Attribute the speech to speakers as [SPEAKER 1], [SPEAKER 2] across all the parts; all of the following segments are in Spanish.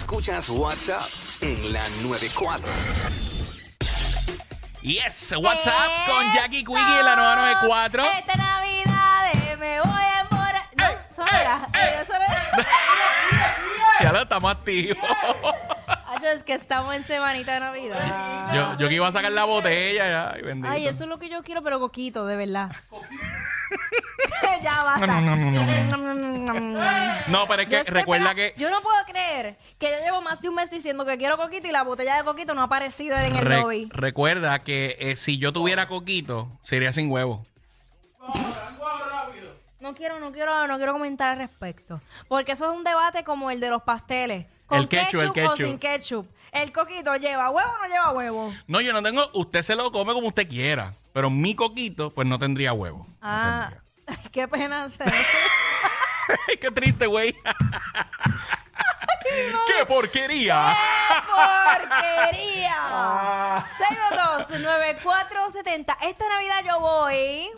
[SPEAKER 1] Escuchas WhatsApp en la 94.
[SPEAKER 2] Yes, WhatsApp con Jackie Quickie en la 994.
[SPEAKER 3] Esta Navidad eh, me voy a enamorar. No,
[SPEAKER 2] Ey,
[SPEAKER 3] Sonora.
[SPEAKER 2] ey,
[SPEAKER 3] Eh, Sonora.
[SPEAKER 2] Ya lo estamos activos.
[SPEAKER 3] eh. Ay, es que estamos en semanita de Navidad.
[SPEAKER 2] Yo, yo que iba a sacar la botella ya. Ay, bendito.
[SPEAKER 3] Ay, eso es lo que yo quiero, pero coquito, de verdad. ya basta.
[SPEAKER 2] No, no, no, No, pero es
[SPEAKER 3] Yo
[SPEAKER 2] que
[SPEAKER 3] estoy
[SPEAKER 2] recuerda
[SPEAKER 3] pela-
[SPEAKER 2] que.
[SPEAKER 3] Yo no puedo creer que yo llevo más de un mes diciendo que quiero coquito y la botella de coquito no ha aparecido en el
[SPEAKER 2] re-
[SPEAKER 3] lobby.
[SPEAKER 2] recuerda que eh, si yo tuviera coquito, sería sin huevo.
[SPEAKER 3] No quiero, no quiero, no quiero comentar al respecto. Porque eso es un debate como el de los pasteles. ¿Con
[SPEAKER 2] El ketchup, el
[SPEAKER 3] o
[SPEAKER 2] ketchup.
[SPEAKER 3] sin ketchup? ¿El coquito lleva huevo o no lleva huevo?
[SPEAKER 2] No, yo no tengo. Usted se lo come como usted quiera. Pero mi coquito, pues no tendría huevo. No
[SPEAKER 3] Ah,
[SPEAKER 2] tendría.
[SPEAKER 3] ay, qué pena hacer
[SPEAKER 2] Ay, qué triste, güey. ¡Qué porquería!
[SPEAKER 3] Eh.
[SPEAKER 2] Ah.
[SPEAKER 3] ¡Porquería! 622-9470. Esta Navidad yo voy.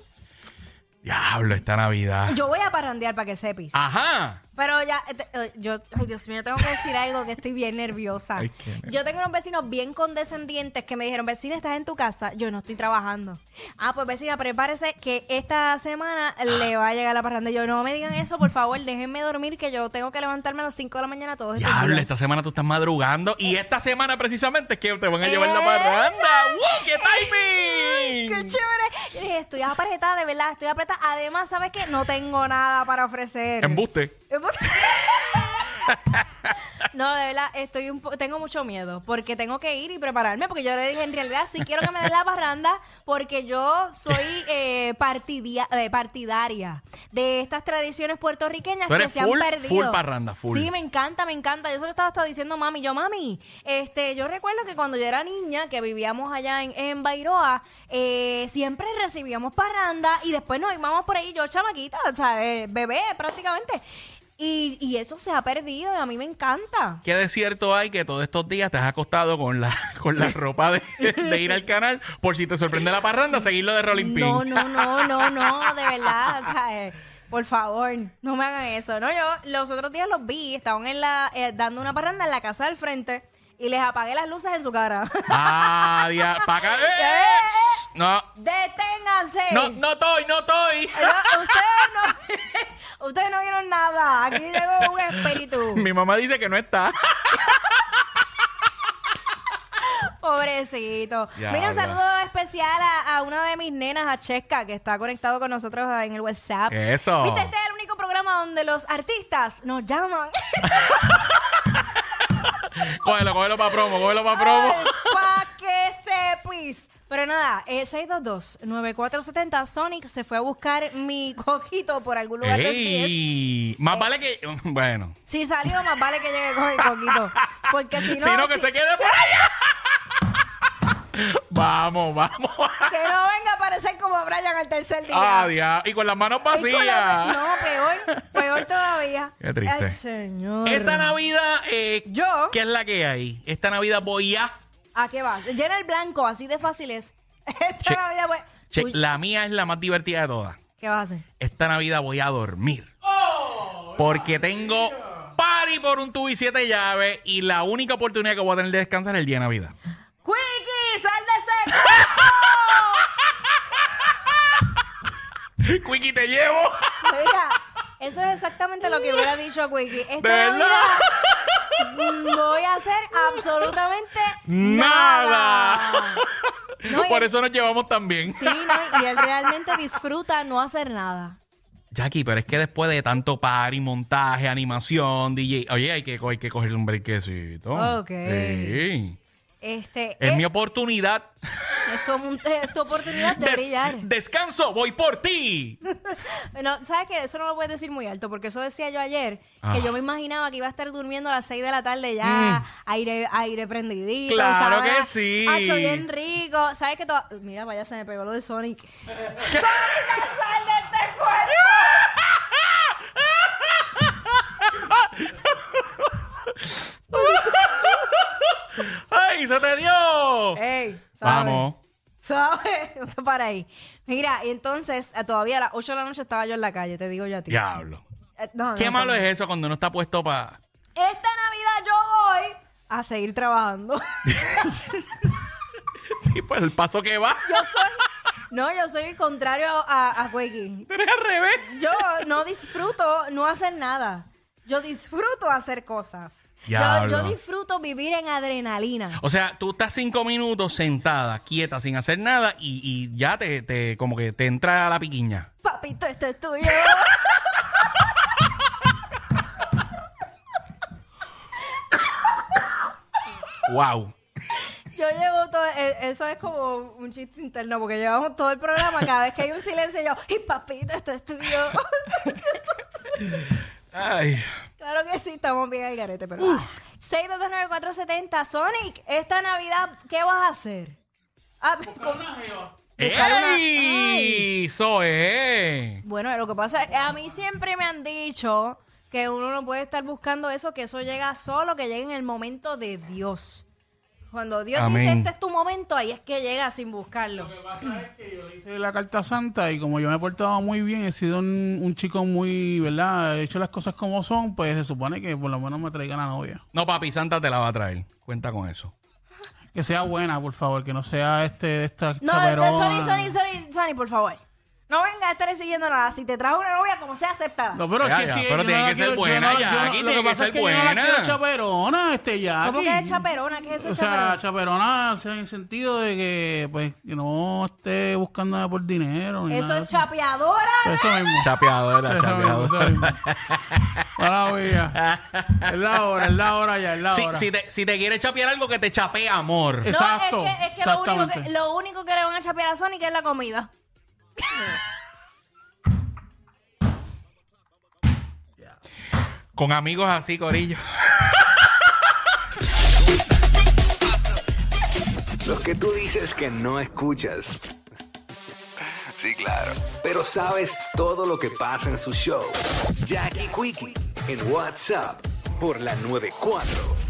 [SPEAKER 2] Diablo, esta Navidad.
[SPEAKER 3] Yo voy a parrandear para que sepis.
[SPEAKER 2] Ajá.
[SPEAKER 3] Pero ya, eh, te- eh, yo, ay Dios mío, tengo que decir algo que estoy bien nerviosa.
[SPEAKER 2] Ay, qué nervio.
[SPEAKER 3] Yo tengo unos vecinos bien condescendientes que me dijeron, vecina, ¿estás en tu casa? Yo no estoy trabajando. Ah, pues vecina, prepárese que esta semana le va a llegar la parranda. Yo, no me digan eso, por favor, déjenme dormir que yo tengo que levantarme a las 5 de la mañana todos estos
[SPEAKER 2] Diablo,
[SPEAKER 3] días.
[SPEAKER 2] esta semana tú estás madrugando. Y esta semana precisamente es que te van a llevar la
[SPEAKER 3] Eso.
[SPEAKER 2] parranda. ¡Wow! ¡Qué
[SPEAKER 3] ¡Eh! ¡Qué
[SPEAKER 2] timing!
[SPEAKER 3] chévere! Yo dije, estoy apretada, de verdad, estoy apretada. Además, ¿sabes qué? No tengo nada para ofrecer.
[SPEAKER 2] Embuste.
[SPEAKER 3] No, de verdad, estoy un po- tengo mucho miedo porque tengo que ir y prepararme porque yo le dije, en realidad, sí quiero que me den la barranda porque yo soy eh, partidia- eh, partidaria de estas tradiciones puertorriqueñas
[SPEAKER 2] Tú
[SPEAKER 3] que
[SPEAKER 2] eres
[SPEAKER 3] se han
[SPEAKER 2] full-
[SPEAKER 3] perdido.
[SPEAKER 2] full parranda, full.
[SPEAKER 3] Sí, me encanta, me encanta. Yo se lo estaba hasta diciendo a mami. Yo, mami, este, yo recuerdo que cuando yo era niña, que vivíamos allá en, en Bairoa, eh, siempre recibíamos parranda y después nos íbamos por ahí, yo chamaquita, o sea, eh, bebé prácticamente. Y, y eso se ha perdido y a mí me encanta.
[SPEAKER 2] ¿Qué desierto hay que todos estos días te has acostado con la, con la ropa de, de ir al canal? Por si te sorprende la parranda, seguirlo de Rolling Pin.
[SPEAKER 3] No, no, no, no, no, de verdad. o sea, eh, por favor, no me hagan eso. No, yo los otros días los vi, estaban en la, eh, dando una parranda en la casa del frente y les apagué las luces en su cara.
[SPEAKER 2] Ah, dia, pa' acá. ¡Eh!
[SPEAKER 3] ¿Qué?
[SPEAKER 2] No,
[SPEAKER 3] ¡Deténganse!
[SPEAKER 2] no, no estoy, no estoy.
[SPEAKER 3] No, ustedes no, ustedes no vieron nada. Aquí llegó un espíritu.
[SPEAKER 2] Mi mamá dice que no está.
[SPEAKER 3] Pobrecito.
[SPEAKER 2] Ya,
[SPEAKER 3] Mira, un
[SPEAKER 2] ya.
[SPEAKER 3] saludo especial a, a una de mis nenas, a Chesca, que está conectado con nosotros en el WhatsApp.
[SPEAKER 2] Eso.
[SPEAKER 3] Viste, este es el único programa donde los artistas nos llaman.
[SPEAKER 2] Cógelo, cógelo para promo, cógelo para promo.
[SPEAKER 3] Para que sepis. Pero nada, eh, 622-9470. Sonic se fue a buscar mi coquito por algún lugar de SBS.
[SPEAKER 2] Ey, más vale que. Bueno.
[SPEAKER 3] Si salió, más vale que llegue con el coquito. Porque si no.
[SPEAKER 2] sino que
[SPEAKER 3] si-
[SPEAKER 2] se quede por allá. vamos, vamos.
[SPEAKER 3] Que no venga a parecer como Brian al tercer día.
[SPEAKER 2] Ah, dia- Y con las manos
[SPEAKER 3] Y con la-
[SPEAKER 2] vacías.
[SPEAKER 3] No, peor, peor todavía.
[SPEAKER 2] Qué triste.
[SPEAKER 3] Ay, señor.
[SPEAKER 2] Esta Navidad, eh,
[SPEAKER 3] Yo,
[SPEAKER 2] ¿qué es la que hay? Esta Navidad voy a.
[SPEAKER 3] ¿a Ah, qué vas? Llena el blanco, así de fácil es. Esta
[SPEAKER 2] Che-
[SPEAKER 3] Navidad, voy-
[SPEAKER 2] Che,
[SPEAKER 3] Uy,
[SPEAKER 2] la mía es la más divertida de todas.
[SPEAKER 3] ¿qué vas a hacer?
[SPEAKER 2] Esta Navidad voy a dormir.
[SPEAKER 3] Oh,
[SPEAKER 2] Porque tengo party por un tubo y siete llaves. Y la única oportunidad que voy a tener de descansar es el día de Navidad.
[SPEAKER 3] ¡Quickie, sal de ese cuerpo!
[SPEAKER 2] Quickie, te llevo.
[SPEAKER 3] Mira, eso es exactamente lo que hubiera dicho Quickie. Esta
[SPEAKER 2] ¿De verdad?
[SPEAKER 3] Navidad voy a hacer absolutamente
[SPEAKER 2] Nada.
[SPEAKER 3] nada. No, y-
[SPEAKER 2] Por eso nos llevamos también.
[SPEAKER 3] Sí, no, y él realmente disfruta no hacer nada.
[SPEAKER 2] Jackie, pero es que después de tanto party, montaje, animación, DJ, oye, hay que, co- hay que cogerse un brequecito.
[SPEAKER 3] Ok.
[SPEAKER 2] Sí.
[SPEAKER 3] Este,
[SPEAKER 2] Es
[SPEAKER 3] eh,
[SPEAKER 2] mi oportunidad
[SPEAKER 3] es, tu, mun- es tu oportunidad de
[SPEAKER 2] Des-
[SPEAKER 3] brillar.
[SPEAKER 2] Descanso, voy por ti.
[SPEAKER 3] Bueno, ¿sabes qué? Eso no lo puedes decir muy alto, porque eso decía yo ayer,
[SPEAKER 2] Ah. Mm.
[SPEAKER 3] que yo me imaginaba que iba a estar durmiendo a las 6 de la tarde ya, aire, aire prendidito.
[SPEAKER 2] Claro
[SPEAKER 3] ¿sabes?
[SPEAKER 2] que sí.
[SPEAKER 3] Hacho bien rico. ¿Sabes qué? to- Mira, vaya, se me pegó lo de Sonic. ¡Sonic, no sal de este cuerpo!
[SPEAKER 2] ¡Ay, se te dio!
[SPEAKER 3] ¡Ey! ¿sabes?
[SPEAKER 2] Vamos.
[SPEAKER 3] ¿Sabes? No te para ahí. Mira, y entonces, eh, todavía a las 8 de la noche estaba yo en la calle, te digo yo a ti.
[SPEAKER 2] Diablo.
[SPEAKER 3] Eh, no,
[SPEAKER 2] Qué
[SPEAKER 3] no,
[SPEAKER 2] malo
[SPEAKER 3] no.
[SPEAKER 2] es eso cuando uno está puesto para...
[SPEAKER 3] Esta Navidad yo voy. a seguir trabajando.
[SPEAKER 2] Sí, pues el paso que va.
[SPEAKER 3] Yo soy. No, yo soy el contrario a, a Quaking.
[SPEAKER 2] Tú eres al revés.
[SPEAKER 3] Yo no disfruto no hacer nada. Yo disfruto hacer cosas. Yo,
[SPEAKER 2] Diablo.
[SPEAKER 3] yo disfruto vivir en adrenalina.
[SPEAKER 2] O sea, tú estás cinco minutos sentada, quieta, sin hacer nada, y, y ya te, te- como que te entra la piquiña.
[SPEAKER 3] Papito, esto es tuyo.
[SPEAKER 2] Wow.
[SPEAKER 3] Yo llevo todo. e- Eso es como un chiste interno, porque llevamos todo el programa. Cada vez que hay un silencio, yo. ¡Y papito, esto es tuyo!
[SPEAKER 2] Ay.
[SPEAKER 3] Claro que sí, estamos bien al garete, pero. 6229470 Sonic, esta Navidad, ¿qué vas a hacer? Ah, con- buscar una- Ay.
[SPEAKER 2] ¡Ey! Eso es.
[SPEAKER 3] Bueno, lo que pasa es, a mí siempre me han dicho que uno no puede estar buscando eso, que eso llega solo, que llega en el momento de Dios. Cuando Dios dice
[SPEAKER 2] Amén.
[SPEAKER 3] este es tu momento, ahí es que llega sin buscarlo.
[SPEAKER 4] hice la carta santa y como yo me he portado muy bien, he sido un, un chico muy, ¿verdad? He hecho las cosas como son, pues se supone que por lo menos me traiga la novia.
[SPEAKER 2] No, papi, Santa te la va a traer. Cuenta con eso.
[SPEAKER 4] Que sea buena, por favor, que no sea este, esta
[SPEAKER 3] No,
[SPEAKER 4] chaperona.
[SPEAKER 3] no, Sony, Sony, Sony, Sony, por favor. No venga a estar exigiendo nada. Si te trajo una novia, como sea, aceptada.
[SPEAKER 4] No, pero
[SPEAKER 2] Ya,
[SPEAKER 4] es que
[SPEAKER 2] ya,
[SPEAKER 4] sí,
[SPEAKER 2] pero
[SPEAKER 4] yo
[SPEAKER 2] tiene
[SPEAKER 4] no la
[SPEAKER 2] que ser
[SPEAKER 4] quiero- yo
[SPEAKER 2] buena,
[SPEAKER 4] no- yo no-
[SPEAKER 2] Jackie,
[SPEAKER 4] Lo
[SPEAKER 2] tiene
[SPEAKER 4] que
[SPEAKER 2] que
[SPEAKER 4] pasa
[SPEAKER 2] ser
[SPEAKER 4] es que yo no la
[SPEAKER 2] buena.
[SPEAKER 4] quiero chaperona, este ya.
[SPEAKER 3] ¿Cómo que es chaperona? ¿Qué es eso,
[SPEAKER 4] O sea,
[SPEAKER 3] chaperona?
[SPEAKER 4] chaperona o sea, en el sentido de que, pues, que no esté buscando nada por dinero. ni
[SPEAKER 3] Eso
[SPEAKER 4] nada
[SPEAKER 3] es
[SPEAKER 4] de
[SPEAKER 3] chapeadora.
[SPEAKER 4] Eso mismo.
[SPEAKER 2] Chapeadora,
[SPEAKER 4] Eso mismo, eso
[SPEAKER 2] chapeadora.
[SPEAKER 4] mismo. Ahora voy ya. Es la hora, es la hora ya, es la
[SPEAKER 2] Si,
[SPEAKER 4] hora.
[SPEAKER 2] si te, si te quieres chapear algo, que te chapee amor.
[SPEAKER 4] Es- Exacto,
[SPEAKER 3] No, es que, es que lo, único que
[SPEAKER 4] exactamente.
[SPEAKER 3] lo único que le van a chapear a Sonic es la comida.
[SPEAKER 2] Con amigos así, Corillo.
[SPEAKER 1] Los que tú dices que no escuchas. Sí, claro. Pero sabes todo lo que pasa en su show. Jackie Quickie en WhatsApp por la 94.